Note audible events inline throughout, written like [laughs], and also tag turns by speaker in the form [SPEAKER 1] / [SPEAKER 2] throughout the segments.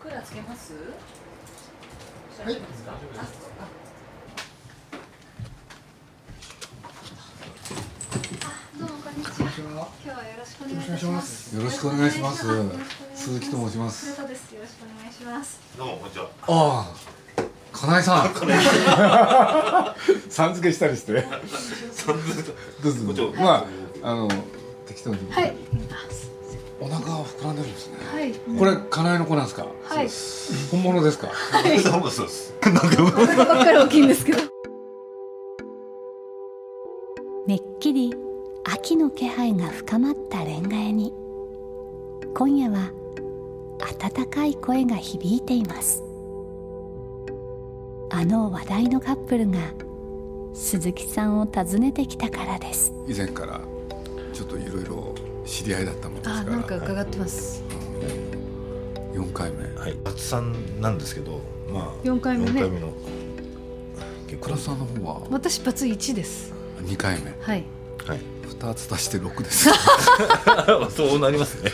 [SPEAKER 1] クーラーつけます。
[SPEAKER 2] はい、
[SPEAKER 3] どうもこんにちは。
[SPEAKER 2] こんにちは。
[SPEAKER 3] 今日はよろしくお願いいたします。
[SPEAKER 4] よろしくお願いします
[SPEAKER 3] よろしくお願いします
[SPEAKER 4] 鈴木と申します
[SPEAKER 3] 古田です。よろしくお願いします。
[SPEAKER 5] どうもこんにちは。
[SPEAKER 4] ああ、かなえさん。 [laughs] さん付けしたりして。
[SPEAKER 5] 三分間。
[SPEAKER 4] どうぞ
[SPEAKER 5] もちろん
[SPEAKER 4] まあ、あの、適当に。
[SPEAKER 3] はい。
[SPEAKER 4] お腹が膨らんでるんですね。
[SPEAKER 3] はい。
[SPEAKER 4] これ、かなえの子なんですか。
[SPEAKER 3] はい。
[SPEAKER 4] 本物ですか。
[SPEAKER 5] そうもそうです。
[SPEAKER 3] お腹ばっかり大きいんですけど。
[SPEAKER 6] めっきり秋の気配が深まったレンガ屋に今夜は温かい声が響いていますあの話題のカップルが鈴木さんを訪ねてきたからです
[SPEAKER 4] 以前から、ちょっといろいろ知り合いだったもんですか。
[SPEAKER 1] あ、なんから伺ってます。
[SPEAKER 4] 四回目。
[SPEAKER 5] はい。松さんなんですけど、まあ
[SPEAKER 1] 四回目
[SPEAKER 5] 四
[SPEAKER 1] ね
[SPEAKER 5] 回。目の結
[SPEAKER 4] 倉さんの方は、
[SPEAKER 1] 私罰一です。
[SPEAKER 4] 二回目。
[SPEAKER 1] はい。
[SPEAKER 5] はい。
[SPEAKER 4] 二つ足して六
[SPEAKER 1] [laughs]
[SPEAKER 4] です。
[SPEAKER 5] [laughs] そうなりますね。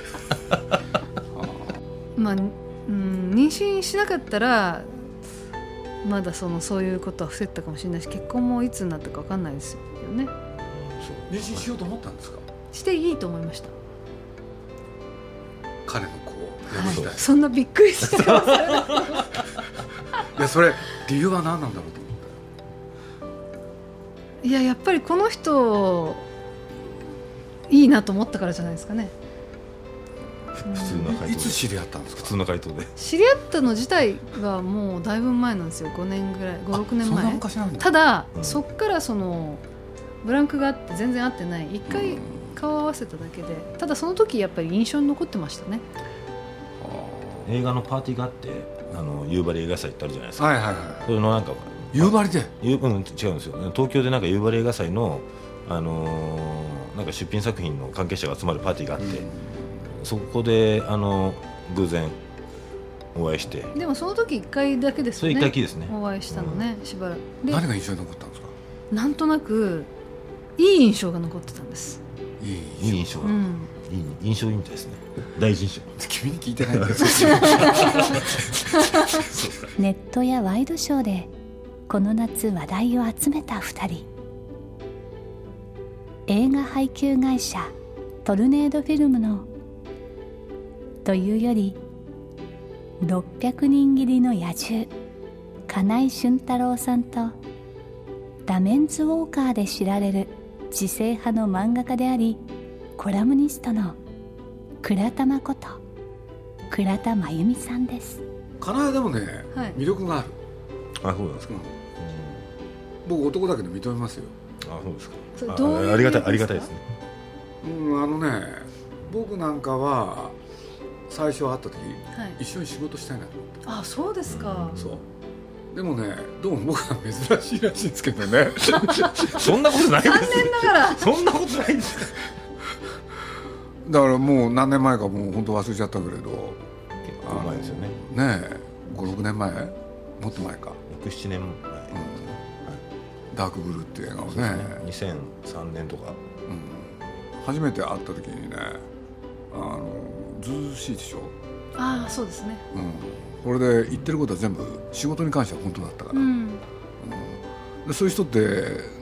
[SPEAKER 1] まあ、うん、妊娠しなかったら。まだそのそういうことは伏せてたかもしれないし結婚もいつになったかわかんないですよね
[SPEAKER 4] 妊娠しようと思ったんですか。
[SPEAKER 1] していいと思いました
[SPEAKER 4] 彼の子をやりたい。
[SPEAKER 1] そんなびっくりした
[SPEAKER 4] いや、それ、理由は何なんだろうと思って。
[SPEAKER 1] いややっぱりこの人いいなと思ったからじゃないですかね
[SPEAKER 5] [laughs] 普通の回答で
[SPEAKER 4] いつ知り合ったんです
[SPEAKER 5] 普
[SPEAKER 4] か。
[SPEAKER 5] 通の回答で。
[SPEAKER 1] 知り合ったの自体がもうだいぶ前なんですよ5年ぐらい56年
[SPEAKER 4] そんな
[SPEAKER 1] 前
[SPEAKER 4] 昔なんだ。
[SPEAKER 1] ただ、
[SPEAKER 5] うん
[SPEAKER 1] そっからそのブランクがあって全然会ってない一回
[SPEAKER 4] うん
[SPEAKER 1] 顔を合わせただけでただその時やっぱり印象に残ってましたね
[SPEAKER 5] 映画のパーティーがあって、あの夕張映画祭ってあるじゃないですか。
[SPEAKER 4] はいはいは
[SPEAKER 5] それのなんか
[SPEAKER 4] い。夕張で。
[SPEAKER 5] ゆうん違うんですよ。東京でなんか夕張映画祭のあのーなんか出品作品の関係者が集まるパーティーがあって、そこであの偶然お会いして、
[SPEAKER 1] でもその時一回だけです
[SPEAKER 5] そ
[SPEAKER 1] よ
[SPEAKER 5] れ
[SPEAKER 1] ね
[SPEAKER 5] 一回きりですね。
[SPEAKER 1] お会いしたのね、しばらくで
[SPEAKER 4] 何が印象に残ったんですか。
[SPEAKER 1] なんとなくいい印象が残ってたんです、
[SPEAKER 4] いい
[SPEAKER 5] いい印象
[SPEAKER 1] う
[SPEAKER 5] が。
[SPEAKER 1] ん、
[SPEAKER 5] いい印象いいみたいですね第一印象
[SPEAKER 4] 君に聞いてないんだよ。
[SPEAKER 5] [laughs]
[SPEAKER 6] ネットやワイドショーでこの夏話題を集めた2人映画配給会社トルネードフィルムのというより600人切りの野獣金井俊太郎さんとダメンズウォーカーで知られる知性派の漫画家でありコラムニストの倉田真こと倉田真由美さんです
[SPEAKER 4] かなえでもね、
[SPEAKER 1] はい
[SPEAKER 4] 魅力がある。
[SPEAKER 5] あそうなんですか、
[SPEAKER 4] うん僕男だけど認めますよ。
[SPEAKER 5] あそうですか
[SPEAKER 1] それ
[SPEAKER 5] あ
[SPEAKER 1] どういう
[SPEAKER 5] ありがたい
[SPEAKER 1] 意
[SPEAKER 5] あ
[SPEAKER 1] 味
[SPEAKER 5] り
[SPEAKER 1] です
[SPEAKER 5] がたい
[SPEAKER 1] か
[SPEAKER 5] ですね
[SPEAKER 4] うん、あのね、僕なんかは最初会った時
[SPEAKER 1] はい、
[SPEAKER 4] 一緒に仕事したいなと思っ
[SPEAKER 1] あそうですか
[SPEAKER 4] た。そう。でもね、どうも僕は珍しいらしいんですけど
[SPEAKER 5] [laughs]
[SPEAKER 4] ね。
[SPEAKER 5] そんなことないです
[SPEAKER 1] 残念ながら
[SPEAKER 5] [laughs] そんなことないです
[SPEAKER 4] だからもう何年前かもう本当忘れちゃったけれど、
[SPEAKER 5] 結構前ですよね
[SPEAKER 4] ねえ、五六年前、もっと前か。
[SPEAKER 5] 67年
[SPEAKER 4] う
[SPEAKER 5] 前
[SPEAKER 4] んダークブルーっていう映画を
[SPEAKER 5] そうですね
[SPEAKER 4] ね。
[SPEAKER 5] 2003年とか
[SPEAKER 4] うん初めて会った時にねあのずうずうしいでしょ、
[SPEAKER 1] ああそうですね
[SPEAKER 4] うん、これで言ってることは全部仕事に関しては本当だったから、
[SPEAKER 1] うん
[SPEAKER 4] でそういう人って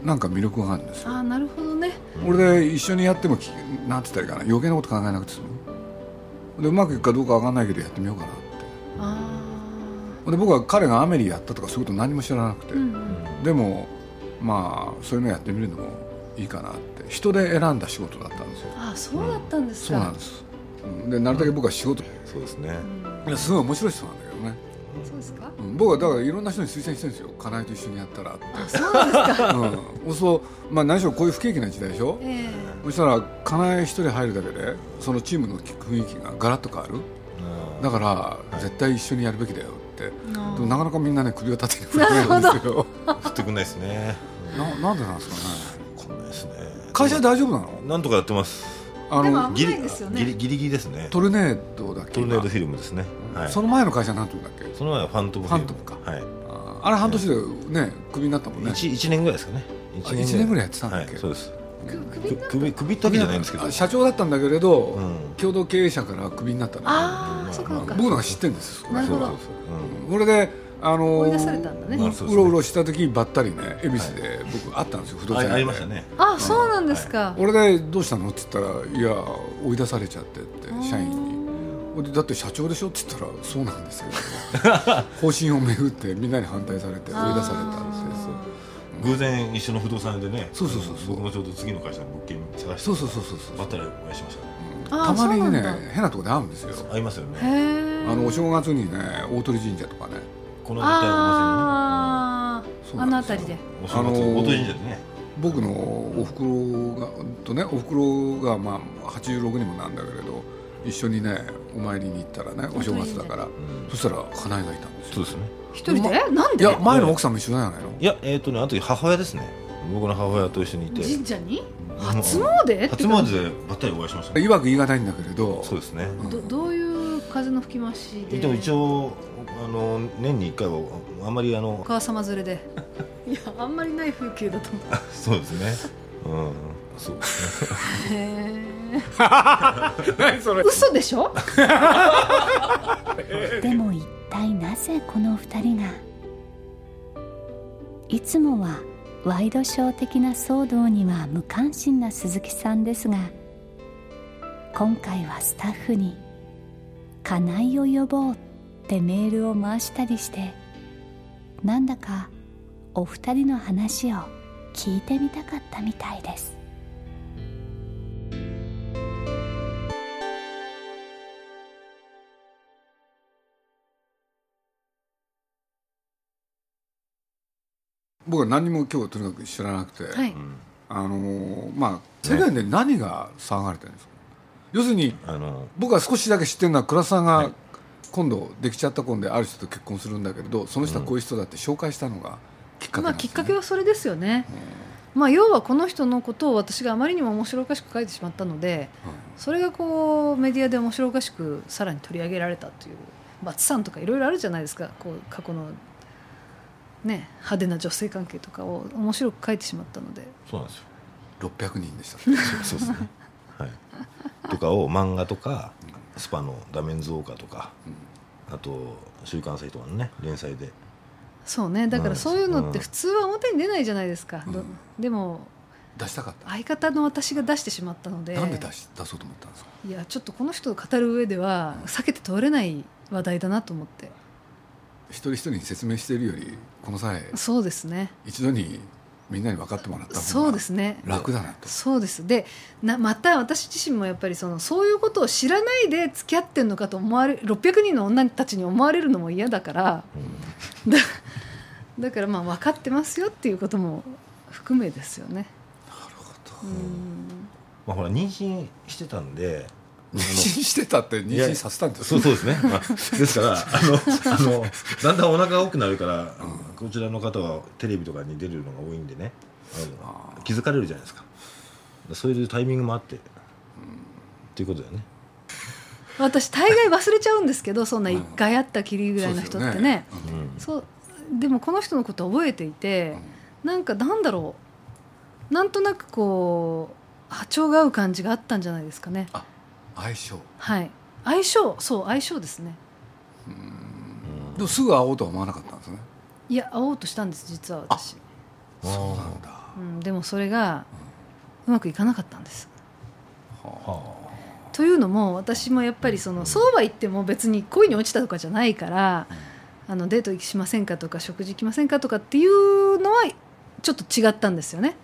[SPEAKER 4] なんか魅力があるんですよ
[SPEAKER 1] ああなるほどね
[SPEAKER 4] これで一緒にやってもきなんて言ったらいいかな余計なこと考えなくて済むでうまくいくかどうかわかんないけどやってみようかなって
[SPEAKER 1] あ
[SPEAKER 4] で僕は彼がアメリやったとかそういうこと何も知らなくて、
[SPEAKER 1] あうんうん
[SPEAKER 4] でもまあそういうのやってみるのもいいかなって人で選んだ仕事だったんですよ
[SPEAKER 1] ああそうだったんです
[SPEAKER 4] そ
[SPEAKER 1] か
[SPEAKER 4] うなんです、うんでなるだけ僕は仕事
[SPEAKER 5] そうですね
[SPEAKER 4] いやすごい面白い人なんだけどね
[SPEAKER 5] う
[SPEAKER 1] そうですか
[SPEAKER 4] うん僕はだからいろんな人に推薦してるんですよ家内と一緒にやったらって
[SPEAKER 1] あそうなんですか
[SPEAKER 4] うん、そうまあ何しろこういう不景気な時代でしょ、
[SPEAKER 1] ええ
[SPEAKER 4] そしたら家内一人入るだけでそのチームの雰囲気がガラッと変わるだから絶対一緒にやるべきだよって、でもなかなかみんなね首を立ててくれないんですよ
[SPEAKER 5] 振ってくんないですね
[SPEAKER 4] ななんでなんですかね
[SPEAKER 5] こんないですね
[SPEAKER 4] 会社大丈夫なの
[SPEAKER 5] なんとかやってます
[SPEAKER 4] あ
[SPEAKER 1] でも
[SPEAKER 4] の
[SPEAKER 1] 危
[SPEAKER 5] ギ
[SPEAKER 1] な
[SPEAKER 5] リ
[SPEAKER 1] いですよ
[SPEAKER 5] ギリ
[SPEAKER 1] ね
[SPEAKER 5] ギリギリですね
[SPEAKER 4] トルネードだっけ
[SPEAKER 5] トルネードフィルムですね、はい、
[SPEAKER 4] そ
[SPEAKER 5] そ
[SPEAKER 4] の前の会社なんて言うんだっけ
[SPEAKER 5] の前はファントムフィルム
[SPEAKER 4] ファントム
[SPEAKER 5] はい
[SPEAKER 4] ああれ半年でねクビになったもんね
[SPEAKER 5] 一一年ぐらいですかね
[SPEAKER 4] あ一年ぐらいやってたんだっけ
[SPEAKER 5] はい、そうです
[SPEAKER 1] く首
[SPEAKER 5] く
[SPEAKER 1] にな
[SPEAKER 5] 首首ったわけじゃないんですけど
[SPEAKER 4] あ社長だったんだけれど、
[SPEAKER 5] うん
[SPEAKER 4] 共同経営者からクビになったの
[SPEAKER 1] ああそうかそうか
[SPEAKER 4] 僕なんか知ってるんですよ
[SPEAKER 1] なるほど
[SPEAKER 5] そうそうそううん
[SPEAKER 4] これであの
[SPEAKER 1] 追い出されたんだね
[SPEAKER 5] まあそうですね
[SPEAKER 4] うろうろした時にばったりね恵比寿で僕会ったんですよ、不動産屋
[SPEAKER 5] あ
[SPEAKER 4] で
[SPEAKER 5] ありましたね
[SPEAKER 1] あそうなんですか、
[SPEAKER 4] 俺でどうしたのって言ったらいや追い出されちゃってって社員に俺だって社長でしょって言ったらそうなんです
[SPEAKER 5] [laughs]
[SPEAKER 4] けど方針を巡ってみんなに反対されて追い出されたんですよ
[SPEAKER 5] 偶然一緒の不動産屋でね
[SPEAKER 4] そうそうそう
[SPEAKER 5] あの僕もちょうど次の会社の物件探して
[SPEAKER 4] そうそうそうそうそう
[SPEAKER 5] バッタリお会いしましたね
[SPEAKER 1] あー
[SPEAKER 4] たまにね
[SPEAKER 1] そうなんだ
[SPEAKER 4] 変なとこで会うんですよ
[SPEAKER 5] 合いますよね
[SPEAKER 1] へ
[SPEAKER 4] あ
[SPEAKER 1] え
[SPEAKER 4] のお正月にね大鳥神社とかね
[SPEAKER 5] この辺りは
[SPEAKER 1] あ
[SPEAKER 4] そう
[SPEAKER 1] ーあ
[SPEAKER 4] な
[SPEAKER 1] の
[SPEAKER 4] んですよ
[SPEAKER 1] 辺りで
[SPEAKER 5] お正月
[SPEAKER 4] あのー
[SPEAKER 5] 元神社でね
[SPEAKER 4] 僕のおふくろがとねおふくろがまあ86にもなんだけれど一緒にねお参りに行ったらねお正月だから
[SPEAKER 5] うん
[SPEAKER 4] そしたら花井がいたんですよ
[SPEAKER 5] そうですね
[SPEAKER 1] 一人でなん
[SPEAKER 4] い
[SPEAKER 1] で
[SPEAKER 4] や前の奥さんも一緒じゃないの
[SPEAKER 5] いやえっ、とねあの時母親ですね僕の母親と一緒にいて
[SPEAKER 1] 神社に
[SPEAKER 5] うん
[SPEAKER 1] 初詣って
[SPEAKER 5] 初詣でばったりお会いしましたね
[SPEAKER 4] いわく言い難いんだけれど
[SPEAKER 5] そうですね
[SPEAKER 1] どどういう風の吹き回しで
[SPEAKER 5] でも一応あの年に一回はあんまりあ
[SPEAKER 1] お
[SPEAKER 5] の
[SPEAKER 1] 母様連れで [laughs] いやあんまりない風景だと思う
[SPEAKER 5] そうですね
[SPEAKER 4] [laughs]
[SPEAKER 5] うんそうですね
[SPEAKER 1] へえ
[SPEAKER 4] [laughs] 何それ
[SPEAKER 1] 嘘でしょ
[SPEAKER 6] でも一体なぜこの2人がいつもはワイドショー的な騒動には無関心な鈴木さんですが今回はスタッフに「家内を呼ぼう」ってメールを回したりしてなんだかお二人の話を聞いてみたかったみたいです。
[SPEAKER 4] 僕は何にも今日とにかく知らなくて、
[SPEAKER 1] はい
[SPEAKER 4] あのーまあ世界で何が騒がれてるんですか、要するに
[SPEAKER 5] あの
[SPEAKER 4] 僕は少しだけ知ってるのは倉さんが、
[SPEAKER 5] はい
[SPEAKER 4] 今度できちゃった婚である人と結婚するんだけれどその人はこういう人だって紹介したのがきっかけ
[SPEAKER 1] ま
[SPEAKER 4] な
[SPEAKER 1] あ
[SPEAKER 4] んです
[SPEAKER 1] き
[SPEAKER 4] よ
[SPEAKER 1] っかけ
[SPEAKER 4] ね
[SPEAKER 1] はそれですよねまあ要はこの人のことを私があまりにも面白おかしく書いてしまったのでそれがこうメディアで面白おかしくさらに取り上げられたという松さんとかいろいろあるじゃないですかこう過去の、ね、派手な女性関係とかを面白く書いてしまったので
[SPEAKER 5] そうなんですよ
[SPEAKER 4] 600人でした
[SPEAKER 1] [laughs]
[SPEAKER 5] そうですね。はい。とかを漫画とか、スパのダメンズウォーカーとか、あと週刊誌とかのね連載で、
[SPEAKER 1] そうねだか
[SPEAKER 5] う
[SPEAKER 1] ら
[SPEAKER 5] ん
[SPEAKER 1] そういうのって普通は表に出ないじゃないですか、どでも
[SPEAKER 4] 出したかった、
[SPEAKER 1] 相方の私が出してしまったので
[SPEAKER 4] なんで出し出そうと思ったんですか
[SPEAKER 1] いやちょっとこの人を語る上では避けて通れない話題だなと思って
[SPEAKER 4] 一人一人に説明しているよりこの際
[SPEAKER 1] そうですね
[SPEAKER 4] 一度にみんなに分かってもらった
[SPEAKER 1] そ
[SPEAKER 4] 方
[SPEAKER 1] う
[SPEAKER 4] が
[SPEAKER 1] ですね
[SPEAKER 4] 楽だなと
[SPEAKER 1] そうですでなまた私自身もやっぱりそのそういうことを知らないで付き合ってんのかと思われ600人の女たちに思われるのも嫌だから、だだからまあ分かってますよっていうことも含めですよね
[SPEAKER 5] まあほら妊娠してたんで。
[SPEAKER 4] 妊娠してたって妊娠させたんです
[SPEAKER 5] そう
[SPEAKER 4] よ
[SPEAKER 5] そうですね、まあですからあのあのだんだんお腹が多くなるから、こちらの方はテレビとかに出るのが多いんでねあの気づかれるじゃないですかそういうタイミングもあって、っていうことだよね
[SPEAKER 1] 私大概忘れちゃうんですけどそんな1回会ったきりぐらいの人
[SPEAKER 4] そ
[SPEAKER 1] って
[SPEAKER 4] うですよ
[SPEAKER 1] ね
[SPEAKER 4] ね
[SPEAKER 1] そうでもこの人のこと覚えていて、なんかなんだろうなんとなくこう波長が合う感じがあったんじゃないですかね
[SPEAKER 4] 相性
[SPEAKER 1] はい相性そう相性ですね
[SPEAKER 4] でもすぐ会おうとは思わなかったんですね
[SPEAKER 1] いや会おうとしたんです実は私、
[SPEAKER 4] そうなんだ
[SPEAKER 1] うん、でもそれがうまくいかなかったんです、というのも私もやっぱりそのそうは言っても別に恋に落ちたとかじゃないからあのデートしませんかとか食事行きませんかとかっていうのはちょっと違ったんですよね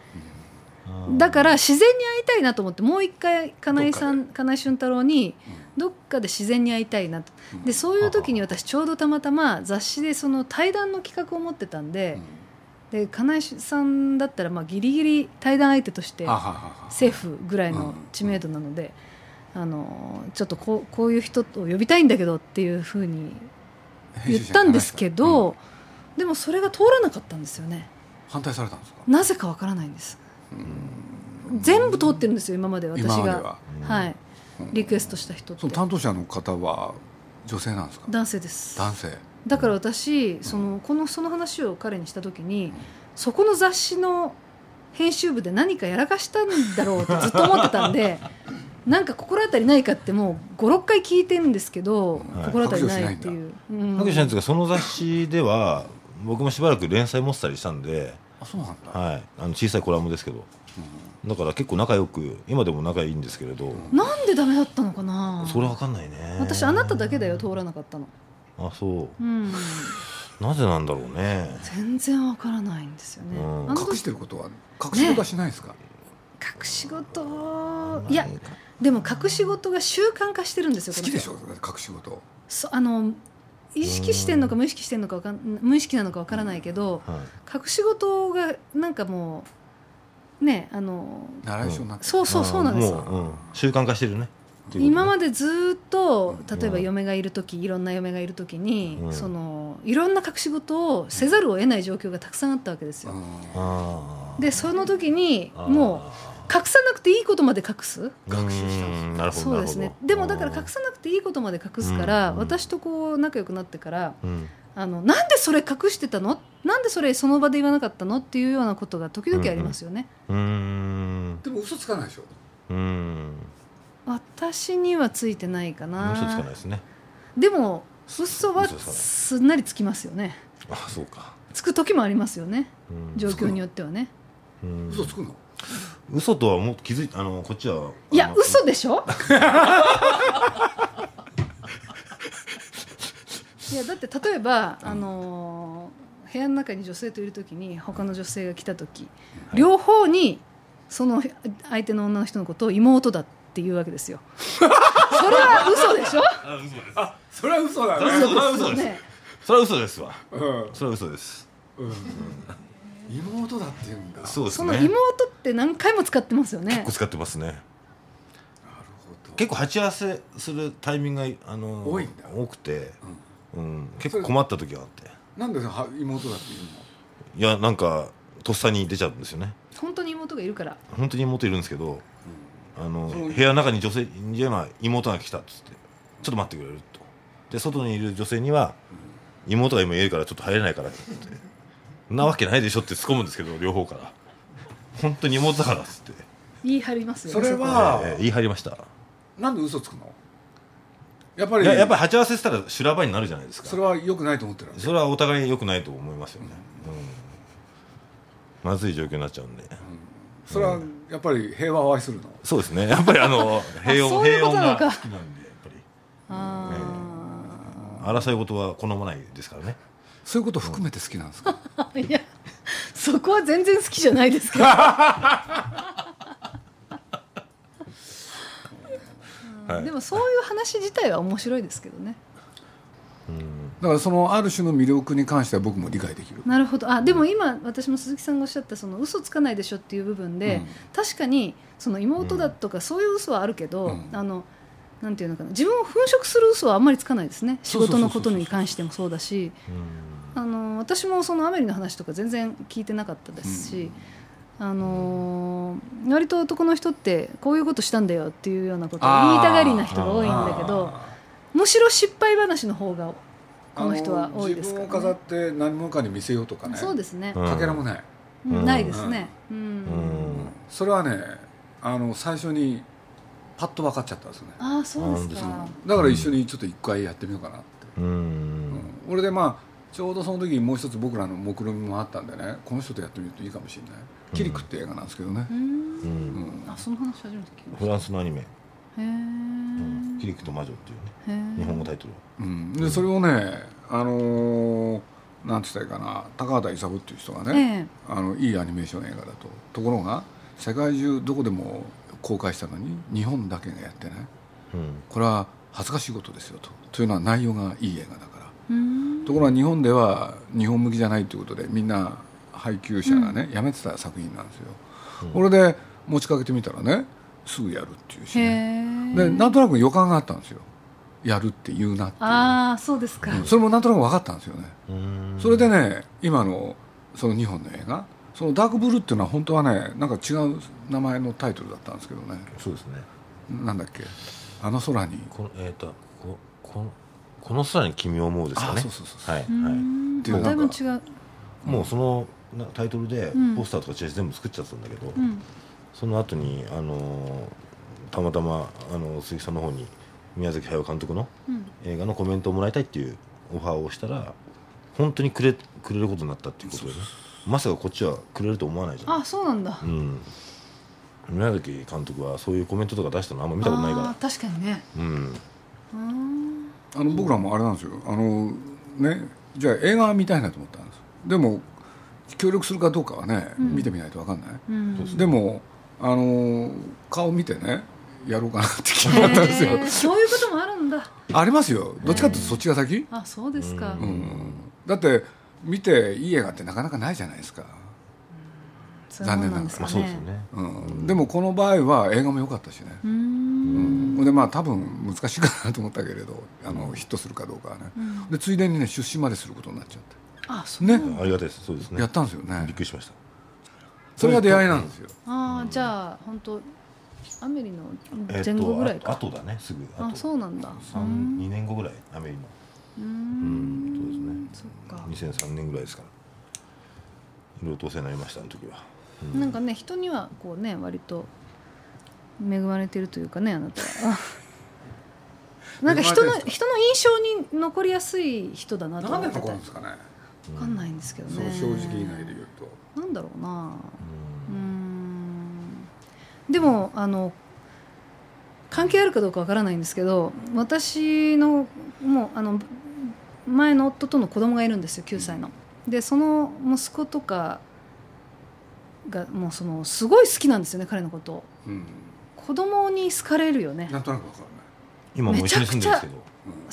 [SPEAKER 1] だから自然に会いたいなと思ってもう一回金井さん金井俊太郎にどっかで自然に会いたいなとでそういう時に私ちょうどたまたま雑誌でその対談の企画を持ってたんで,、で金井さんだったらまあギリギリ対談相手として
[SPEAKER 4] あははは
[SPEAKER 1] セーフぐらいの知名度なので、あのちょっとこうこういう人を呼びたいんだけどっていうふうに
[SPEAKER 4] 編
[SPEAKER 1] 言
[SPEAKER 4] 集者に
[SPEAKER 1] った
[SPEAKER 4] 話
[SPEAKER 1] んですけど、でもそれが通らなかったんですよね
[SPEAKER 4] 反対されたんですか
[SPEAKER 1] なぜかわからないんです全部通ってるんですよ今まで私が
[SPEAKER 4] 今までは
[SPEAKER 1] はい、リクエストした人って
[SPEAKER 4] その担当者の方は女性なんですか
[SPEAKER 1] 男性です
[SPEAKER 4] 男性
[SPEAKER 1] だから私そのこのその話を彼にした時にそこの雑誌の編集部で何かやらかしたんだろうってずっと思ってたんでなんか心当たりないかってもう56回聞いてるんですけど、
[SPEAKER 5] はい
[SPEAKER 1] 心当たりないっていう。うん
[SPEAKER 5] わけじゃないんですがその雑誌では僕もしばらく連載持ってたりしたんで、
[SPEAKER 4] あそうなんだ
[SPEAKER 5] はい、あの小さいコラムですけどだから結構仲良く今でも仲いいんですけれど
[SPEAKER 1] なんでダメだったのかな
[SPEAKER 5] それわかんないね
[SPEAKER 1] 私あなただけだよ通らなかったの、
[SPEAKER 5] あそう
[SPEAKER 1] うん、
[SPEAKER 5] なぜなんだろうね
[SPEAKER 1] 全然わからないんですよね、
[SPEAKER 5] うん
[SPEAKER 1] あの
[SPEAKER 4] 隠
[SPEAKER 1] 時
[SPEAKER 4] してることは隠し事はしないですか
[SPEAKER 1] 隠し事いやでも隠し事が習慣化してるんですよ
[SPEAKER 4] 好
[SPEAKER 1] この人
[SPEAKER 4] きでしょだって隠し事
[SPEAKER 1] そあの意識してんのか無意識してんのかわかん無意識なのかわからないけど
[SPEAKER 5] はい
[SPEAKER 1] 隠し事がなんかもうねあの
[SPEAKER 4] 習い性になって
[SPEAKER 1] そうそうそうなんです
[SPEAKER 5] も
[SPEAKER 1] よ
[SPEAKER 5] う、うん習慣化してるね
[SPEAKER 1] 今ま
[SPEAKER 5] で
[SPEAKER 1] でずっと例えば
[SPEAKER 5] うん
[SPEAKER 1] 嫁がいる時いろんな嫁がいる時に、
[SPEAKER 5] うん
[SPEAKER 1] そのいろんな隠し事をせざるを得ない状況がたくさんあったわけですよ、でその時にもう隠さなくていいことまで隠す
[SPEAKER 5] う学習したなるほど
[SPEAKER 1] そうですねでもだから隠
[SPEAKER 5] す
[SPEAKER 1] さなくていいことまで隠すから、
[SPEAKER 5] うん
[SPEAKER 1] 私とこう仲良くなってから
[SPEAKER 5] うん
[SPEAKER 1] あのなんでそれ隠してたのなんでそれその場で言わなかったのっていうようなことが時々ありますよね、
[SPEAKER 5] うーん
[SPEAKER 4] でも嘘つかないでしょ
[SPEAKER 5] うーん
[SPEAKER 1] 私にはついてないかな
[SPEAKER 5] 嘘つかないですね
[SPEAKER 1] でも嘘は
[SPEAKER 5] 嘘つかない
[SPEAKER 1] すんなりつきますよね
[SPEAKER 5] あそうか
[SPEAKER 1] つく時もありますよね
[SPEAKER 5] うん
[SPEAKER 1] 状況によってはね
[SPEAKER 5] うん
[SPEAKER 4] 嘘つくの
[SPEAKER 5] 嘘とはもう気づいあのこっちはあ
[SPEAKER 1] いや
[SPEAKER 5] の
[SPEAKER 1] 嘘でし
[SPEAKER 5] [laughs]
[SPEAKER 1] ょいやだって例えば、あのー部屋の中に女性といる時に他の女性が来た時、
[SPEAKER 5] い
[SPEAKER 1] 両方にその相手の女の人のことを妹だって言うわけ
[SPEAKER 5] [laughs]
[SPEAKER 1] ですよそれは嘘でしょ
[SPEAKER 5] あ嘘です
[SPEAKER 4] それは嘘だ
[SPEAKER 5] それは嘘です
[SPEAKER 1] ね
[SPEAKER 5] それは嘘ですわ
[SPEAKER 4] うん
[SPEAKER 5] それは嘘です
[SPEAKER 4] 妹だって言うんだ
[SPEAKER 5] そうです
[SPEAKER 1] そ
[SPEAKER 5] ね
[SPEAKER 1] の妹って何回も使ってますよね
[SPEAKER 5] 結構使ってますね
[SPEAKER 4] なるほど
[SPEAKER 5] 結構鉢合わせするタイミングがあの
[SPEAKER 4] 多いんだ
[SPEAKER 5] 多くて、うん、結構困った時があって
[SPEAKER 4] なんでは妹だって言うの
[SPEAKER 5] いやなんかとっさに出ちゃうんですよね
[SPEAKER 1] 本当に妹がいるから
[SPEAKER 5] 本当に妹いるんですけど、あの
[SPEAKER 4] そう
[SPEAKER 5] 部屋の中に女性に今妹が来たっつってちょっと待ってくれるとで外にいる女性には、妹が今いるからちょっと入れないからって言ってそんなわけないでしょって突っ込むんですけど両方から本当に妹だからっつって、
[SPEAKER 1] 言い張りますよ
[SPEAKER 4] それ
[SPEAKER 1] こ
[SPEAKER 4] は
[SPEAKER 5] えー言い張りました
[SPEAKER 4] なんで嘘つくのやっぱ
[SPEAKER 5] い
[SPEAKER 4] り
[SPEAKER 5] ややっぱり鉢合わせしたら修羅場になるじゃないですか
[SPEAKER 4] それは良くないと思ってるわけ
[SPEAKER 5] それはお互い良くないと思いますよね、うんまずい状況になっちゃうんで、
[SPEAKER 4] それはやっぱり平和を愛するの
[SPEAKER 5] そうですねやっぱりあの平穏
[SPEAKER 1] そういう
[SPEAKER 5] 平
[SPEAKER 1] こと
[SPEAKER 5] 穏
[SPEAKER 1] な
[SPEAKER 5] が
[SPEAKER 1] のか
[SPEAKER 5] 好きなんでやっぱり争い事は好まないですからね
[SPEAKER 4] そういうこと含めて好きなんですか
[SPEAKER 1] いやそこは全然好きじゃないですけど
[SPEAKER 5] はい
[SPEAKER 1] でもそういう話自体は面白いですけどね
[SPEAKER 4] だからそのある種の魅力に関しては僕も理解できる
[SPEAKER 1] なるほどあでも今私も鈴木さんがおっしゃったその嘘つかないでしょっていう部分で、
[SPEAKER 4] うん
[SPEAKER 1] 確かにその妹だとかそういう嘘はあるけど、
[SPEAKER 4] うん
[SPEAKER 1] あのなんていうのかな自分を粉飾する嘘はあんまりつかないですね仕
[SPEAKER 4] そうそうそうそ
[SPEAKER 1] 事
[SPEAKER 4] う
[SPEAKER 1] のことに関してもそうだしあの私もそのアメリの話とか全然聞いてなかったですし、あのー割と男の人ってこういうことしたんだよっていうようなことを言いたがりな人が多いんだけどむしろ失敗話の方が [laughs] この人は多いです
[SPEAKER 4] あの自分を
[SPEAKER 1] か
[SPEAKER 4] 飾
[SPEAKER 1] ら
[SPEAKER 4] っ
[SPEAKER 1] ね、
[SPEAKER 4] て何者かに見せようとかね
[SPEAKER 1] そうですね、
[SPEAKER 5] うん
[SPEAKER 4] かけらもない、
[SPEAKER 1] うん
[SPEAKER 5] うん
[SPEAKER 1] ないですね、うん
[SPEAKER 5] うん
[SPEAKER 4] それはねあの最初にパッと分かっちゃったんですよね
[SPEAKER 1] ああそうですか
[SPEAKER 4] だから一緒にちょっと一回やってみようかなって、
[SPEAKER 5] うん
[SPEAKER 4] うん俺でまあちょうどその時にもう一つ僕らの目論見みもあったんでねこの人とやってみるといいかもしれない「キリク」って映画なんですけどね
[SPEAKER 1] う、ん
[SPEAKER 5] うん
[SPEAKER 4] うん
[SPEAKER 1] あその話初めて聞きまし
[SPEAKER 5] フランスのアニメ
[SPEAKER 1] たへ
[SPEAKER 5] 「キリクと魔女」っていうね
[SPEAKER 1] えへ
[SPEAKER 5] 日本
[SPEAKER 1] え
[SPEAKER 5] 語タイトル
[SPEAKER 4] うん、でそれをねあのーなんて言ったらいいかな高畑勲っていう人がね、
[SPEAKER 1] ええ
[SPEAKER 4] あのいいアニメーション映画だとところが世界中どこでも公開したのに日本だけがやってない
[SPEAKER 5] うん
[SPEAKER 4] これは恥ずかしいことですよとというのは内容がいい映画だから
[SPEAKER 1] うん
[SPEAKER 4] ところが日本では日本向きじゃないということでみんな配給者がね、やめてた作品なんですよ、これで持ちかけてみたらねすぐやるっていうし、
[SPEAKER 1] へ
[SPEAKER 4] ね、
[SPEAKER 1] え
[SPEAKER 4] でなんとなく予感があったんですよやるって言うなっていう
[SPEAKER 1] ああそうですか、
[SPEAKER 4] それもなんとなく分かったんですよね、
[SPEAKER 5] うん
[SPEAKER 4] それでね今のその2本の映画そのダークブルーっていうのは本当はねなんか違う名前のタイトルだったんですけどね
[SPEAKER 5] そうですね
[SPEAKER 4] なんだっけあの空に
[SPEAKER 5] このえっ、とここのこの空に君を思うですかね
[SPEAKER 4] あそうそうそうそう
[SPEAKER 5] はい、
[SPEAKER 1] う
[SPEAKER 5] は
[SPEAKER 1] ん
[SPEAKER 4] ていう
[SPEAKER 1] まあだいぶ違
[SPEAKER 4] な
[SPEAKER 1] う、
[SPEAKER 5] い、もうそのなタイトルで
[SPEAKER 1] うん
[SPEAKER 5] ポスターとかチラシ全部作っちゃったんだけど、
[SPEAKER 1] うん、
[SPEAKER 5] その後にあのーたまたまあの鈴木さんの方に宮崎駿監督の
[SPEAKER 1] うん
[SPEAKER 5] 映画のコメントをもらいたいっていうオファーをしたら本当にくれくれることになったっていうことでねまさかこっちはくれると思わないじゃん
[SPEAKER 1] あそうなんだ
[SPEAKER 5] うん宮崎監督はそういうコメントとか出したのあんま見たことない
[SPEAKER 1] あ
[SPEAKER 5] か
[SPEAKER 1] ー確かにね
[SPEAKER 5] らうん
[SPEAKER 1] うん
[SPEAKER 4] あの僕らもあれなんですよあのねじゃあ映画見たいなと思ったんですでも協力するかどうかはね、
[SPEAKER 1] うん
[SPEAKER 4] 見てみないと分かんない、
[SPEAKER 1] うん
[SPEAKER 5] そうす
[SPEAKER 4] でもあの顔見てねやろうかなって気になったんですよ、
[SPEAKER 1] へーそういうこともあるんだ
[SPEAKER 4] ありますよどっちかっていうとそっちが先、
[SPEAKER 1] あそうですか、
[SPEAKER 4] うんだって見ていい映画ってなかなかないじゃないですか、
[SPEAKER 1] そういうもんなんです
[SPEAKER 5] ま
[SPEAKER 1] か
[SPEAKER 5] あそ
[SPEAKER 1] ね
[SPEAKER 5] うですよね
[SPEAKER 4] うん、でもこの場合は映画も良かったしね、
[SPEAKER 1] うー
[SPEAKER 4] うんん、ほんでまあ多分難しいかなと思ったけれどあのヒットするかどうかはね、
[SPEAKER 1] うん
[SPEAKER 4] でついでにね出資まですることになっちゃって
[SPEAKER 1] あそう
[SPEAKER 4] ね
[SPEAKER 5] ありがたいですそうですね
[SPEAKER 4] やったんですよね
[SPEAKER 5] びっくりしました
[SPEAKER 4] それが出会いなんですよ
[SPEAKER 1] ああじゃあ本当アメリの
[SPEAKER 5] えっ
[SPEAKER 1] 前後ぐらい
[SPEAKER 5] とあ
[SPEAKER 1] か、
[SPEAKER 5] とだねすぐ
[SPEAKER 1] あ
[SPEAKER 5] あ
[SPEAKER 1] そう
[SPEAKER 5] と
[SPEAKER 1] なんだ
[SPEAKER 5] 三二年後ぐらいアメリカ
[SPEAKER 1] う
[SPEAKER 5] うん
[SPEAKER 1] ん
[SPEAKER 5] そうですね
[SPEAKER 1] そっか
[SPEAKER 5] 2003年ぐらいですからいろいろとお世話になりましたあの時はうん
[SPEAKER 1] なんかね人にはこうね割と恵まれてるというかねあ
[SPEAKER 4] [laughs]
[SPEAKER 1] なたはなんか人
[SPEAKER 4] 恵ま
[SPEAKER 1] の
[SPEAKER 4] れてるんですか
[SPEAKER 1] 人の印象に残りやすい人だなと
[SPEAKER 4] な
[SPEAKER 1] 思
[SPEAKER 4] ん
[SPEAKER 1] っ
[SPEAKER 4] で
[SPEAKER 1] てた
[SPEAKER 4] 残るん
[SPEAKER 1] わ
[SPEAKER 4] ですかね
[SPEAKER 1] かんないんですけど
[SPEAKER 4] その
[SPEAKER 1] ね
[SPEAKER 4] 正直以外で言うと
[SPEAKER 1] なんだろうな
[SPEAKER 5] うん
[SPEAKER 1] うーんでもあの関係あるかどうかわからないんですけど私のもうあの前の夫との子供がいるんですよ9歳の。でその息子とかがもうそのすごい好きなんですよね彼のことを
[SPEAKER 4] うん
[SPEAKER 1] 子供に好かれるよね
[SPEAKER 4] なんとなくわかるね
[SPEAKER 5] 今もう一緒に住んでるんですけど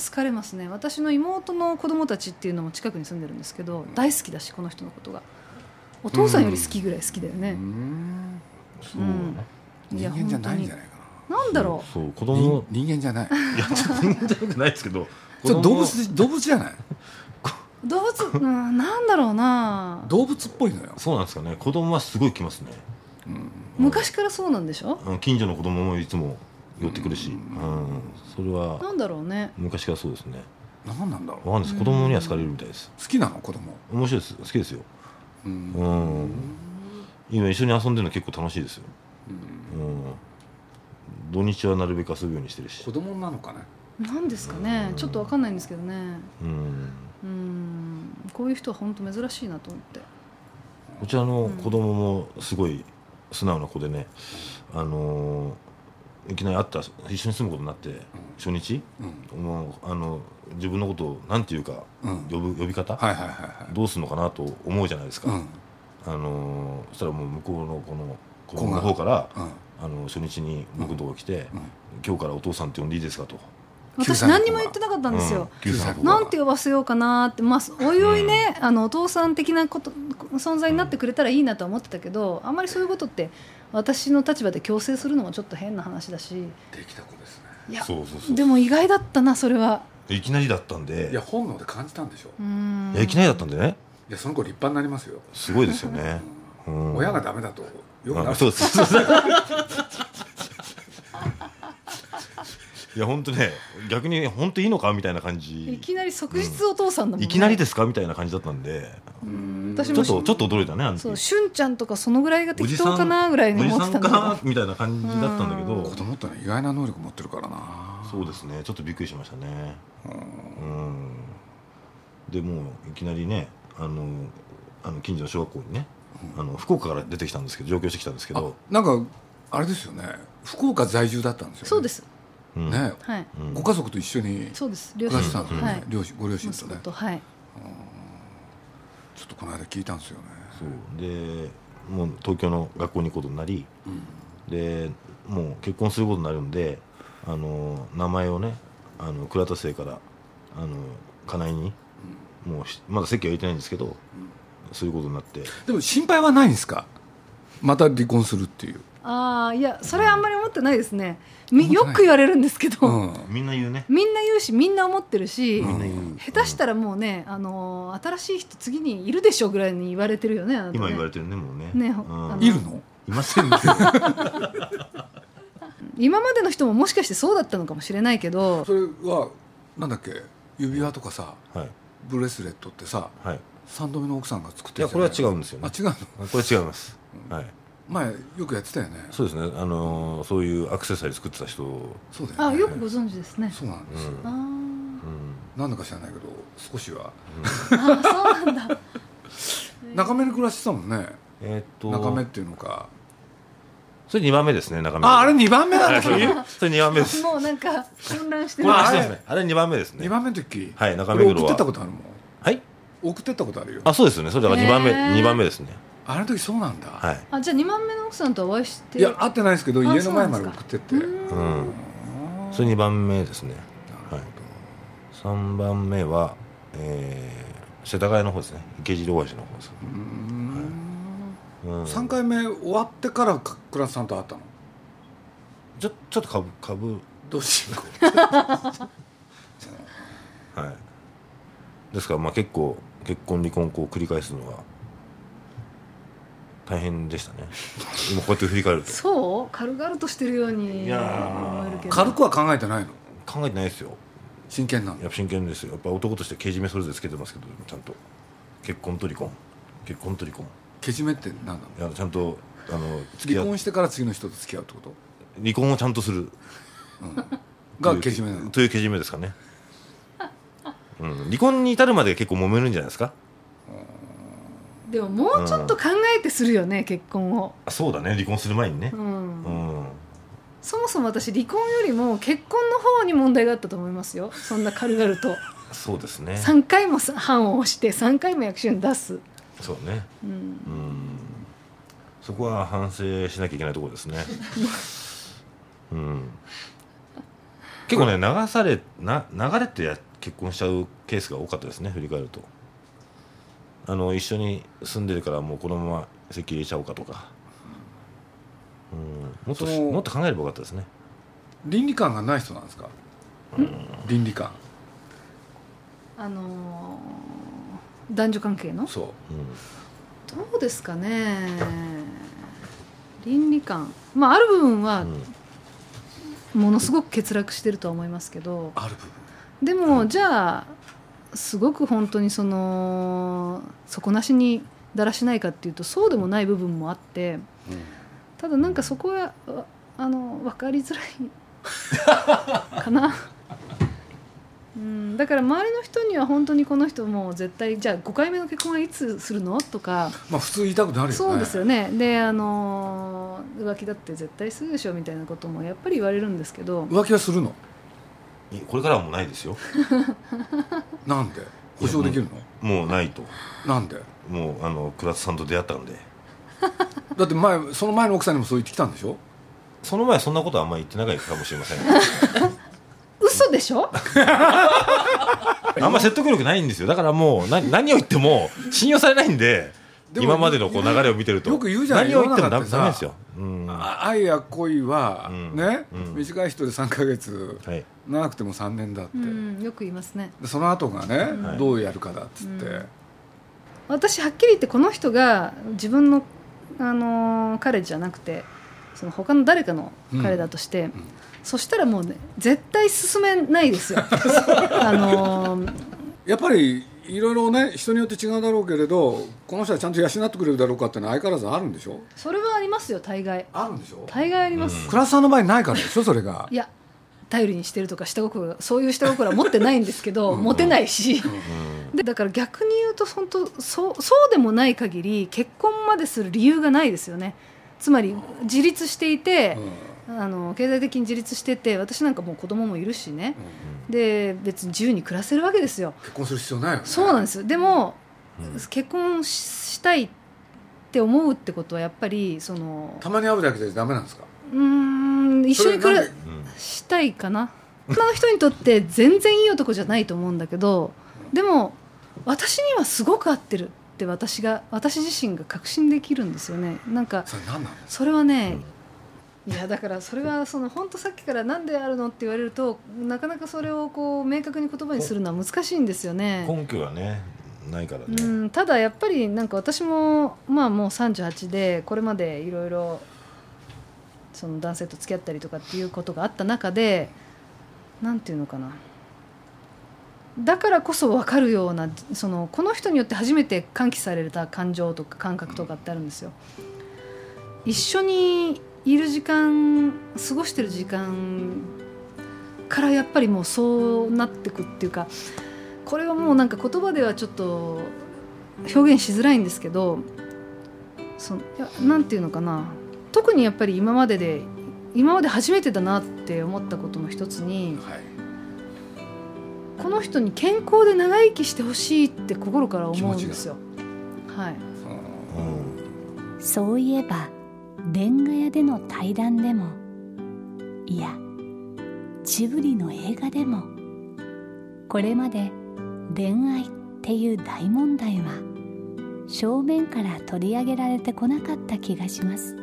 [SPEAKER 1] 好かれますね私の妹の子供たちっていうのも近くに住んでるんですけど大好きだしこの人のことがお父さんより好きぐらい好きだよ
[SPEAKER 4] う
[SPEAKER 1] ね、
[SPEAKER 4] ん
[SPEAKER 5] そうね
[SPEAKER 1] い
[SPEAKER 4] 人
[SPEAKER 1] や
[SPEAKER 4] 間じゃないんじゃ
[SPEAKER 1] 本
[SPEAKER 4] ないかな
[SPEAKER 1] 当になんだろう
[SPEAKER 5] そう
[SPEAKER 4] 人
[SPEAKER 5] 子供
[SPEAKER 4] 人間じゃない
[SPEAKER 5] いやちょっと人間じゃなくないです
[SPEAKER 1] [laughs]
[SPEAKER 5] けど
[SPEAKER 4] ちょっと動
[SPEAKER 5] 子供
[SPEAKER 4] 物動物じゃない
[SPEAKER 1] 動物、うん、なんだろうな
[SPEAKER 4] 動物っぽいのよ
[SPEAKER 5] そうなんですかね子供はすごい来ますね
[SPEAKER 1] 昔からそうなんでしょ
[SPEAKER 5] あの近所の子供もいつも寄ってくるしうんそれは
[SPEAKER 1] なんだろうね
[SPEAKER 5] 昔からそうですね
[SPEAKER 4] 何なんだ
[SPEAKER 5] わかん
[SPEAKER 4] ろう
[SPEAKER 5] ないです子供には好かれるみたいです
[SPEAKER 4] 好きなの子供
[SPEAKER 5] 面白いです好きですよ
[SPEAKER 4] うん
[SPEAKER 5] うん今一緒に遊んでるの結構楽しいですようん土日はなるべく遊ぶようにしてるし
[SPEAKER 4] 子供なのかね
[SPEAKER 1] なんですかねちょっとわかんないんですけどね
[SPEAKER 5] うん
[SPEAKER 1] うんこういう人は本当珍しいなと思って
[SPEAKER 5] こちらの子供もすごい素直な子でね、あのーいきなり会った一緒に住むことになって初日、
[SPEAKER 4] う
[SPEAKER 5] もうあの自分のことをなんていうか、
[SPEAKER 4] うん
[SPEAKER 5] 呼ぶ呼び方、
[SPEAKER 4] はいはいはいはい
[SPEAKER 5] どうするのかなと思うじゃないですか、
[SPEAKER 4] うん
[SPEAKER 5] あのーそしたらもう向こうのこの子
[SPEAKER 4] 子
[SPEAKER 5] 供
[SPEAKER 4] が
[SPEAKER 5] の方から、
[SPEAKER 4] うん
[SPEAKER 5] あの初日に僕のとこ来て、
[SPEAKER 4] うん
[SPEAKER 5] 今日からお父さんって呼んでいいですかと」
[SPEAKER 4] 九
[SPEAKER 1] 私
[SPEAKER 4] 歳の子が
[SPEAKER 1] 何にも言ってなかったんですよ、
[SPEAKER 5] うん九歳の子が
[SPEAKER 1] なんて呼ばせようかなって、まあ、おいおいね、あのお父さん的なこと存在になってくれたらいいなとは思ってたけどあんまりそういうことって私の立場で強制するのもちょっと変な話だし
[SPEAKER 4] できた子ですね
[SPEAKER 1] いや
[SPEAKER 5] そうそうそう
[SPEAKER 1] でも意外だったなそれはい
[SPEAKER 5] きなりだったんで
[SPEAKER 4] いや本能で感じたんでしょ
[SPEAKER 1] う
[SPEAKER 4] い
[SPEAKER 1] ん
[SPEAKER 5] いやいきなりだったんでね
[SPEAKER 4] やその子立派になりますよ
[SPEAKER 5] すごいですよね、うん
[SPEAKER 4] 親がダメだとよくな
[SPEAKER 5] あ
[SPEAKER 4] る
[SPEAKER 5] そうそうそうそういや本当ね逆に本当いいのかみたいな感
[SPEAKER 1] い
[SPEAKER 5] じ
[SPEAKER 1] きなり即日お父さんだもんね、
[SPEAKER 5] いきなりですかみたいな感じだったんでち
[SPEAKER 1] 私
[SPEAKER 5] ょっ
[SPEAKER 1] も
[SPEAKER 5] とちょっと驚いたねあの時
[SPEAKER 1] そうしゅんちゃんとかそのぐらいが適当かなぐらいに
[SPEAKER 5] おじ
[SPEAKER 1] 思っ
[SPEAKER 5] さ
[SPEAKER 1] て
[SPEAKER 5] ん
[SPEAKER 1] たん
[SPEAKER 5] か
[SPEAKER 1] だ
[SPEAKER 5] な
[SPEAKER 1] け
[SPEAKER 5] みたいな感じだったんだけど
[SPEAKER 4] 子供ってのは意外な能力持ってるからな
[SPEAKER 5] そうですねちょっとびっくりしましたねうんでもういきなりねあのあの近所の小学校にねあの福岡から出てきたんですけど上京してきたんですけど、
[SPEAKER 4] なんかあれですよね福岡在住だったんですよ、
[SPEAKER 1] ど
[SPEAKER 4] ね、
[SPEAKER 1] そうですす
[SPEAKER 5] うん
[SPEAKER 4] ね、
[SPEAKER 1] はい
[SPEAKER 5] うん
[SPEAKER 4] ご家族と一緒に
[SPEAKER 1] そうです両
[SPEAKER 4] 暮
[SPEAKER 1] 親
[SPEAKER 4] らしてたんですよね、
[SPEAKER 1] はい
[SPEAKER 4] 両親ご両親と
[SPEAKER 1] 息
[SPEAKER 4] ね
[SPEAKER 1] 子とはい
[SPEAKER 4] ちょっとこの間聞いたんですよね
[SPEAKER 5] そうでもう東京の学校に行くことになり、でもう結婚することになるんであの名前をねあの倉田生からあの金井にもうしまだ席は入れてないんですけどそういうことになって
[SPEAKER 4] でも心配はないんですかまた離婚するっていう、
[SPEAKER 1] ああいやそれあんまり思ってないですねみよく言われるんですけど、
[SPEAKER 4] うん、
[SPEAKER 5] みんな言うね
[SPEAKER 1] みんな言うしみんな思ってるし、
[SPEAKER 4] ん
[SPEAKER 1] 下手したらもうね、あのー新しい人次にいるでしょぐらいに言われてるよねあなたね
[SPEAKER 5] 今言われてるねもうね
[SPEAKER 1] ね
[SPEAKER 5] うん
[SPEAKER 1] ほあの
[SPEAKER 4] いるの
[SPEAKER 5] いませんね
[SPEAKER 1] 今までの人ももしかしてそうだったのかもしれないけど
[SPEAKER 4] それはなんだっけ指輪とかさ
[SPEAKER 5] はい
[SPEAKER 4] ブレスレットってさ
[SPEAKER 5] はい
[SPEAKER 4] 三度目の奥さんが作って
[SPEAKER 5] いや
[SPEAKER 4] る
[SPEAKER 5] これは違うんですよね
[SPEAKER 4] あ違うの
[SPEAKER 5] これ違いますはい
[SPEAKER 4] 前よくやってたよね
[SPEAKER 5] そうですねあのそういうアクセサリー作ってた人うん
[SPEAKER 4] そうだよ
[SPEAKER 1] あ
[SPEAKER 4] ね
[SPEAKER 1] よくご存知ですね
[SPEAKER 4] そうなんですよ、
[SPEAKER 1] あー
[SPEAKER 5] うん
[SPEAKER 4] なんだか知らないけど少しは
[SPEAKER 1] あそうなんだ
[SPEAKER 4] [laughs] 中目で暮らしてたもんね
[SPEAKER 5] えーっと
[SPEAKER 4] 中目っていうのか
[SPEAKER 5] それ2番目ですね中目
[SPEAKER 4] ああれ2番目なん [laughs]
[SPEAKER 5] は
[SPEAKER 4] だ
[SPEAKER 5] いそれそれ2番目です
[SPEAKER 1] もうなんか混乱してる
[SPEAKER 5] 混乱してま
[SPEAKER 4] れ
[SPEAKER 5] すねあれ2番目ですね
[SPEAKER 4] 2番目の時
[SPEAKER 5] はい中目
[SPEAKER 4] 俺
[SPEAKER 5] 黒
[SPEAKER 4] 送っ
[SPEAKER 5] は
[SPEAKER 4] てったことあるもん
[SPEAKER 5] はい
[SPEAKER 4] 送ってったことあるよ
[SPEAKER 5] あそうですよねそれだから2番目
[SPEAKER 1] へー
[SPEAKER 5] 2番目ですね
[SPEAKER 4] あれの時そうなんだ、
[SPEAKER 5] はい
[SPEAKER 1] あじゃあ2番目の奥さんとはお会いして
[SPEAKER 4] いや会ってないですけど
[SPEAKER 1] あ
[SPEAKER 4] 家の前ま
[SPEAKER 1] そう
[SPEAKER 4] で
[SPEAKER 1] なん
[SPEAKER 4] 送って
[SPEAKER 1] で
[SPEAKER 4] ってなる
[SPEAKER 5] うんそれ2番目ですね
[SPEAKER 4] ほど
[SPEAKER 5] はい3番目はえー世田谷の方ですね池尻大橋の方です
[SPEAKER 4] うーん
[SPEAKER 5] うん
[SPEAKER 4] 3回目終わってからか倉田さんと会ったの
[SPEAKER 5] ちょちょっとかぶかぶ
[SPEAKER 4] どうしよ
[SPEAKER 5] はいですからまあ結構結婚離婚こう繰り返すのは大変で [laughs] したね今こうやって振り返ると
[SPEAKER 1] そう軽々としてるように
[SPEAKER 5] いやー
[SPEAKER 1] 思えるけ
[SPEAKER 4] う
[SPEAKER 1] ど
[SPEAKER 4] 軽くは考えてないの
[SPEAKER 5] 考えてないですよ
[SPEAKER 4] 真剣なの
[SPEAKER 5] やっぱ真剣ですよやっぱ男としてけじめそれぞれつけてますけどちゃんと結婚と離婚結婚と離婚
[SPEAKER 4] けじめって何なの
[SPEAKER 5] いやちゃんとあの付き
[SPEAKER 4] 離
[SPEAKER 5] 合
[SPEAKER 4] 婚してから次の人と付き合うってこと
[SPEAKER 5] 離婚をちゃんとする
[SPEAKER 4] がけじめなの
[SPEAKER 5] というけじめですかね、うん、離婚に至るまで結構揉めるんじゃないですか
[SPEAKER 1] でももうちょっと考えてするよね、結婚を、
[SPEAKER 5] あそうだね離婚する前にね
[SPEAKER 1] うん
[SPEAKER 5] うん、
[SPEAKER 1] そもそも私離婚よりも結婚の方に問題があったと思いますよそんな軽々
[SPEAKER 5] [laughs]
[SPEAKER 1] と
[SPEAKER 5] そうですね
[SPEAKER 1] 3回も判を押して3回も役所に出す、
[SPEAKER 5] そうね
[SPEAKER 1] うん、
[SPEAKER 5] うんそこは反省しなきゃいけないところですね。うん、結構ね流されな流れてや結婚しちゃうケースが多かったですね振り返るとあの一緒に住んでるからもうこのまま籍入れちゃおうかとか、うん、もっとし
[SPEAKER 4] その
[SPEAKER 5] もっと考えればよかったですね
[SPEAKER 4] 倫理観がない人なんですか倫理観
[SPEAKER 1] あのー男女関係の
[SPEAKER 4] そ
[SPEAKER 1] どうですかね倫理観まあある部分
[SPEAKER 5] う
[SPEAKER 1] は
[SPEAKER 5] ん、うん
[SPEAKER 1] ものすごく欠落してるとは思いますけど、
[SPEAKER 4] うある部分
[SPEAKER 1] でもじゃあすごく本当にその底なしにだらしないかっていうとそうでもない部分もあってただなんかそこはわあの分かりづらい [laughs] かな。うん、だから周りの人には本当にこの人もう絶対じゃあ5回目の結婚はいつするのとか
[SPEAKER 4] まあ普通言いたくなるよね
[SPEAKER 1] そうですよねであのー浮気だって絶対するでしょみたいなこともやっぱり言われるんですけど
[SPEAKER 4] 浮気はするの
[SPEAKER 5] いこれからはもうないですよ
[SPEAKER 4] なんで保証できるの
[SPEAKER 5] もうないと
[SPEAKER 4] なんで
[SPEAKER 5] もうあの倉田さんと出会ったんで
[SPEAKER 4] だって前その前の奥さんにもそう言ってきたんでしょ
[SPEAKER 5] その前そんなことはあんまり言ってないかもしれません
[SPEAKER 1] 嘘でしょ
[SPEAKER 5] あんま説得力ないんですよだからもうな何を言っても信用されないんで
[SPEAKER 4] でも
[SPEAKER 5] 今までのこう流れを見てると
[SPEAKER 4] よく言うじゃない
[SPEAKER 5] 何を言っても
[SPEAKER 4] 世の中っ
[SPEAKER 5] ダメ
[SPEAKER 4] てさ
[SPEAKER 5] ダメですよ、うんは
[SPEAKER 4] あ愛や恋は
[SPEAKER 5] うん
[SPEAKER 4] ね
[SPEAKER 5] うん
[SPEAKER 4] 短い人で3ヶ月
[SPEAKER 5] い、
[SPEAKER 4] 長くても3年だって
[SPEAKER 1] うんよく言いますね
[SPEAKER 4] でその後が
[SPEAKER 5] は
[SPEAKER 4] ね
[SPEAKER 5] い
[SPEAKER 4] どうやるかだっつって
[SPEAKER 1] うん私はっきり言ってこの人が自分の、あのー彼じゃなくてその他の誰かの彼だとして、そしたらもうね絶対進めないですよ。あのー
[SPEAKER 4] やっぱりいろいろね人によって違うだろうけれどこの人はちゃんと養ってくれるだろうかってのは相変わらずあるんでしょ
[SPEAKER 1] それはありますよ大概
[SPEAKER 4] あるんでしょ
[SPEAKER 1] 大概あります。
[SPEAKER 4] 倉田さんの場合ないからでしょそれが
[SPEAKER 1] いや頼りにしてるとか下心がそういう下心は持ってないんですけど持てないし [laughs] でだから逆に言うと本当そうそうでもない限り結婚までする理由がないですよねつまり自立していて、あの経済的に自立してて私なんかもう子供もいるしね、で別に自由に暮らせるわけですよ
[SPEAKER 4] 結婚する必要ないよね
[SPEAKER 1] そうなんですよでも、
[SPEAKER 5] うん
[SPEAKER 1] 結婚ししたいって思うってことはやっぱりその
[SPEAKER 4] たまに会うだけじゃダメなんですか
[SPEAKER 1] うーん一緒に暮
[SPEAKER 4] それな
[SPEAKER 1] ら
[SPEAKER 4] んで
[SPEAKER 5] うん
[SPEAKER 1] したいかな女の人にとって全然いい男じゃないと思うんだけどでも私にはすごく合ってるって私が私自身が確信できるんですよねなんか
[SPEAKER 4] それ何なの
[SPEAKER 1] それはね、いやだからそれはその本当さっきからなんであるのって言われるとなかなかそれをこう明確に言葉にするのは難しいんですよね。
[SPEAKER 5] 根拠がねないから
[SPEAKER 1] う
[SPEAKER 5] ね、
[SPEAKER 1] ん、ただやっぱりなんか私もまあもう38でこれまでいろいろその男性と付き合ったりとかっていうことがあった中でなんていうのかなだからこそ分かるようなそのこの人によって初めて喚起された感情とか感覚とかってあるんですよ。一緒にいる時間過ごしてる時間からやっぱりもうそうなってくっていうかこれはもうなんか言葉ではちょっと表現しづらいんですけどそのいやなんていうのかな特にやっぱり今までで今まで初めてだなって思ったことの一つに
[SPEAKER 4] はい
[SPEAKER 1] この人に健康で長生きしてほしいって心から思うんですよ。はい、
[SPEAKER 5] うん
[SPEAKER 6] そういえばレンガ屋での対談でもいやジブリの映画でもこれまで恋愛っていう大問題は正面から取り上げられてこなかった気がします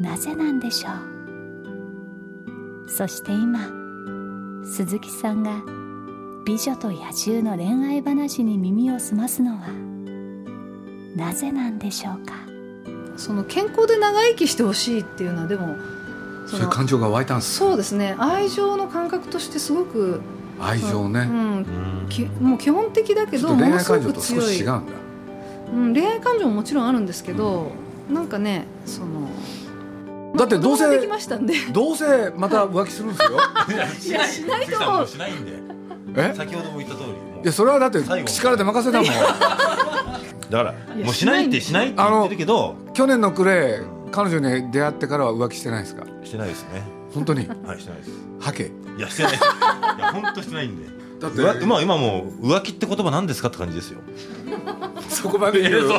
[SPEAKER 6] なぜなんでしょうそして今鈴木さんが「美女と野獣」の恋愛話に耳を澄ますのはなぜなんでしょうか
[SPEAKER 1] その健康で長生きしてほしいっていうのはでもそ
[SPEAKER 4] そう
[SPEAKER 1] の
[SPEAKER 4] いう感情が湧いたんです
[SPEAKER 1] そうですね愛情の感覚としてすごく、
[SPEAKER 4] 愛情
[SPEAKER 1] う
[SPEAKER 4] ね、
[SPEAKER 1] ん、
[SPEAKER 5] うん
[SPEAKER 1] きもう基本的だけ
[SPEAKER 4] ちょ
[SPEAKER 1] ど
[SPEAKER 4] っと恋
[SPEAKER 1] もの
[SPEAKER 4] 愛
[SPEAKER 1] すご
[SPEAKER 4] 感情
[SPEAKER 1] く
[SPEAKER 4] と少
[SPEAKER 1] 強
[SPEAKER 4] し違
[SPEAKER 1] い
[SPEAKER 4] うんだ
[SPEAKER 1] うん、恋愛感情ももちろんあるんですけど、なんかねその
[SPEAKER 4] だってどうせ
[SPEAKER 1] 子供ができましたんで
[SPEAKER 4] どうせまた浮気するんです
[SPEAKER 1] [laughs]
[SPEAKER 4] よ
[SPEAKER 5] [laughs] いやしない
[SPEAKER 1] と思う
[SPEAKER 5] うしないんで
[SPEAKER 4] え
[SPEAKER 5] 先ほども言った通りもう
[SPEAKER 4] いやそれはだって
[SPEAKER 5] 最後
[SPEAKER 4] 力で任せたもん
[SPEAKER 5] だか
[SPEAKER 1] い
[SPEAKER 5] ら
[SPEAKER 1] や
[SPEAKER 5] もうしないって
[SPEAKER 1] し
[SPEAKER 5] し
[SPEAKER 1] な
[SPEAKER 5] ないいって言ってるけど
[SPEAKER 4] [laughs] 去年の暮れ彼女に出会ってからは浮気してないですか
[SPEAKER 5] してないですね
[SPEAKER 4] 本当に
[SPEAKER 5] はいしてないですい
[SPEAKER 4] ハケ
[SPEAKER 5] やしてな
[SPEAKER 4] [laughs]
[SPEAKER 5] いですいや本当してないんで
[SPEAKER 4] だ
[SPEAKER 5] うわまあ今もう浮気って言葉なんですかって感じですよ
[SPEAKER 4] そこまで言う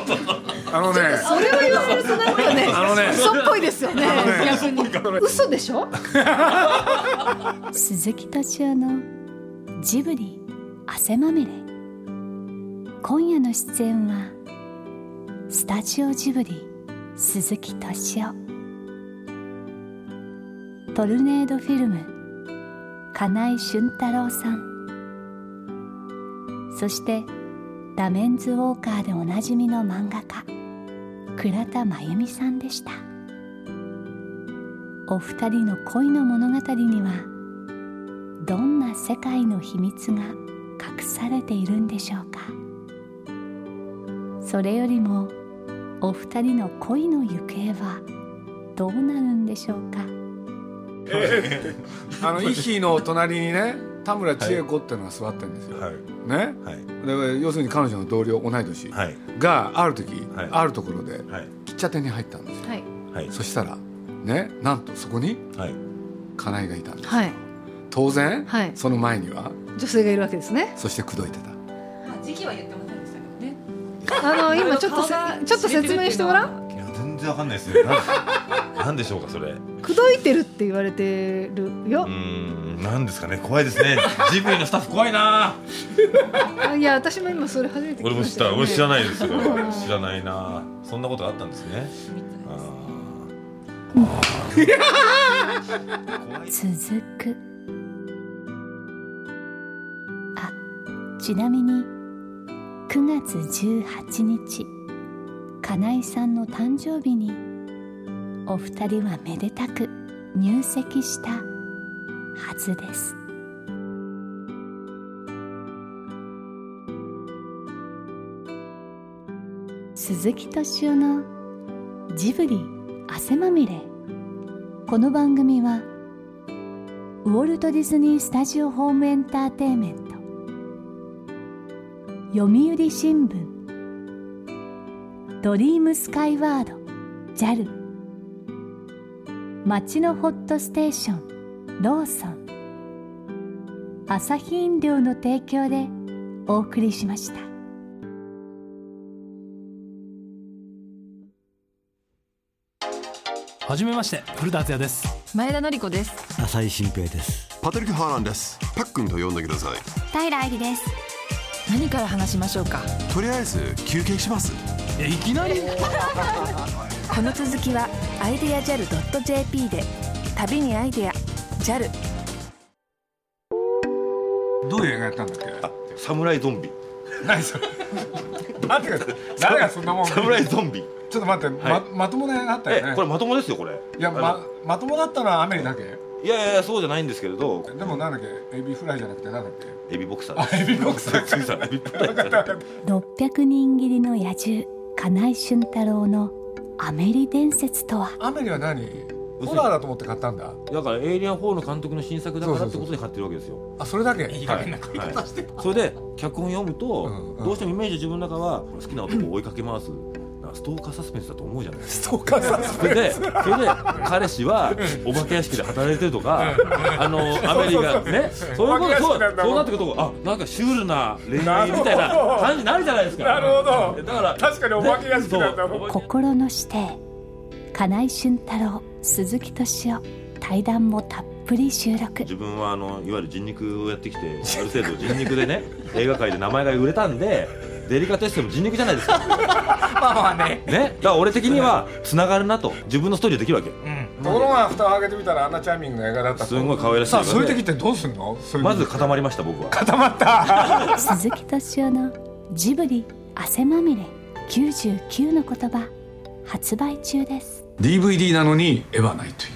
[SPEAKER 4] あ
[SPEAKER 5] [laughs]
[SPEAKER 4] のね
[SPEAKER 1] それを言わせるとなんかね
[SPEAKER 4] あのね
[SPEAKER 1] 嘘っぽいですよね
[SPEAKER 4] あのね
[SPEAKER 1] 逆に嘘でしょ
[SPEAKER 6] 鈴木敏夫のジブリ汗まみれ今夜の出演はスタジオジブリ鈴木敏夫トルネードフィルム金井俊太郎さんそしてダメンズウォーカーでおなじみの漫画家倉田真由美さんでしたお二人の恋の物語にはどんな世界の秘密が隠されているんでしょうかそれよりもお二人の恋の行方はどうなるんでしょうか
[SPEAKER 4] あのイヒの隣にね田村千恵子っていうのが座ってるんですよ、
[SPEAKER 5] はい
[SPEAKER 4] ね
[SPEAKER 5] はい
[SPEAKER 4] で要するに彼女の同僚同い年
[SPEAKER 5] はい
[SPEAKER 4] がある時、
[SPEAKER 5] はい
[SPEAKER 4] あるところで
[SPEAKER 5] はい
[SPEAKER 4] 喫茶店に入ったんですよ
[SPEAKER 1] はい
[SPEAKER 5] はい
[SPEAKER 4] そしたらねなんとそこに
[SPEAKER 5] はい
[SPEAKER 4] 金井がいたんです
[SPEAKER 1] はい
[SPEAKER 4] 当然、
[SPEAKER 1] はい
[SPEAKER 4] その前には
[SPEAKER 1] 女性がいるわけですね
[SPEAKER 4] そして口説いてた
[SPEAKER 3] まあ時期は言ってませんでしたけどね。
[SPEAKER 1] あの今ちょっとせちょっと説明してもらう
[SPEAKER 3] う。
[SPEAKER 5] いや全然わかんないですねなん [laughs] なんでしょうかそれう
[SPEAKER 1] 口説いてるって言われてるよ
[SPEAKER 5] ー、んなんですかね怖いですねジブリのスタッフ怖いな
[SPEAKER 1] あいや私も今それ初めて聞
[SPEAKER 5] 俺
[SPEAKER 1] き
[SPEAKER 5] も
[SPEAKER 1] ま
[SPEAKER 5] 知っ
[SPEAKER 1] した
[SPEAKER 5] た
[SPEAKER 1] よね
[SPEAKER 5] 俺知らないですよ
[SPEAKER 1] うん
[SPEAKER 5] 知らないなそんなことあったんですねあー怖い
[SPEAKER 6] 続くあちなみに9月18日金井さんの誕生日にお二人はめでたく入籍したはずです鈴木敏夫のジブリ汗まみれこの番組は「ウォルト・ディズニー・スタジオ・ホーム・エンターテインメント読売新聞ドリームスカイワード JAL 街のホットステーションローソン朝日飲料の提供でお送りしました。
[SPEAKER 4] 「
[SPEAKER 7] はじめまして古田敦也です
[SPEAKER 8] 前田紀子です
[SPEAKER 9] 浅井新平です
[SPEAKER 10] パトリック・ハーランですパックンと呼んでください
[SPEAKER 11] 平愛理です
[SPEAKER 8] 何から話しましょうか
[SPEAKER 10] とりあえず休憩します
[SPEAKER 7] いやいきなり
[SPEAKER 8] この続きはアイデア JAL.jp で旅にアイデア JAL
[SPEAKER 4] どういう映画やったんだっけ
[SPEAKER 5] 侍ゾンビ
[SPEAKER 4] 何それ待ってください誰がそんなもんちょ
[SPEAKER 5] 侍ゾンビ
[SPEAKER 4] っと待って、ままともな映画あった
[SPEAKER 5] え
[SPEAKER 4] よね
[SPEAKER 5] これまともですよこれ
[SPEAKER 4] いや
[SPEAKER 5] あ
[SPEAKER 4] ま
[SPEAKER 5] の
[SPEAKER 4] まともだったのはアメリだけ
[SPEAKER 5] いやいやいやそうじゃないんですけれど
[SPEAKER 4] でもなんだっけエビフライじゃなくてなんだっけ
[SPEAKER 5] エビボクサーです
[SPEAKER 4] あエビボクサー
[SPEAKER 5] 鈴木さんエビボクサー
[SPEAKER 4] 分かった分かった
[SPEAKER 6] 600人斬りの野獣金井俊太郎のアメリ伝説とは
[SPEAKER 4] アメリは何ホラーだと思って買ったんだ
[SPEAKER 5] だからエイリアン4の監督の新作だからってことで買ってるわけですよ
[SPEAKER 4] あそれだけ
[SPEAKER 7] いい加
[SPEAKER 5] はい
[SPEAKER 7] 減な声
[SPEAKER 5] はいそれで脚本読む
[SPEAKER 4] うん
[SPEAKER 5] と
[SPEAKER 4] うん
[SPEAKER 5] どうしてもイメージ自分の中は好きな男を追いかけ回すなんかストーカーサスペンスだと思うじゃないですか
[SPEAKER 4] ストーカーさ
[SPEAKER 5] それでそれで彼氏はお化け屋敷で働いてるとかあのアメリカねそういうこと
[SPEAKER 4] お
[SPEAKER 5] そ
[SPEAKER 4] 化け屋敷
[SPEAKER 5] う
[SPEAKER 4] なんだ
[SPEAKER 5] そうなってくるとあなんかシュールな恋愛みたいな感じになるじゃないですか
[SPEAKER 4] なるほど
[SPEAKER 5] だから
[SPEAKER 4] 確かにお化け屋敷なんだ
[SPEAKER 5] ねそうお化け
[SPEAKER 6] 心の師弟金井俊太郎鈴木敏夫対談もたっぷり収
[SPEAKER 5] [laughs]
[SPEAKER 6] 録
[SPEAKER 5] 自分はあのいわゆる人肉をやってきてある程度人肉
[SPEAKER 4] [laughs]
[SPEAKER 5] でね映画界で名前が売れたんでデリカテッセも人肉じゃないで
[SPEAKER 4] [laughs]
[SPEAKER 5] すか
[SPEAKER 7] まあまあね
[SPEAKER 5] ね、だから俺的にはつながるなと自分のストーリーできるわけ
[SPEAKER 7] うん
[SPEAKER 4] ところが蓋を開けてみたらあんなチャーミングな映画だったと
[SPEAKER 5] すんごい可愛らしい
[SPEAKER 4] さあそういう
[SPEAKER 5] 映画
[SPEAKER 4] 時
[SPEAKER 5] で
[SPEAKER 4] ってどうすんのそういう
[SPEAKER 5] まず固まりました僕は
[SPEAKER 4] 固まった
[SPEAKER 6] 鈴木敏夫の「ジブリ汗まみれ99の言葉」発売中です
[SPEAKER 4] DVD なのに絵はないという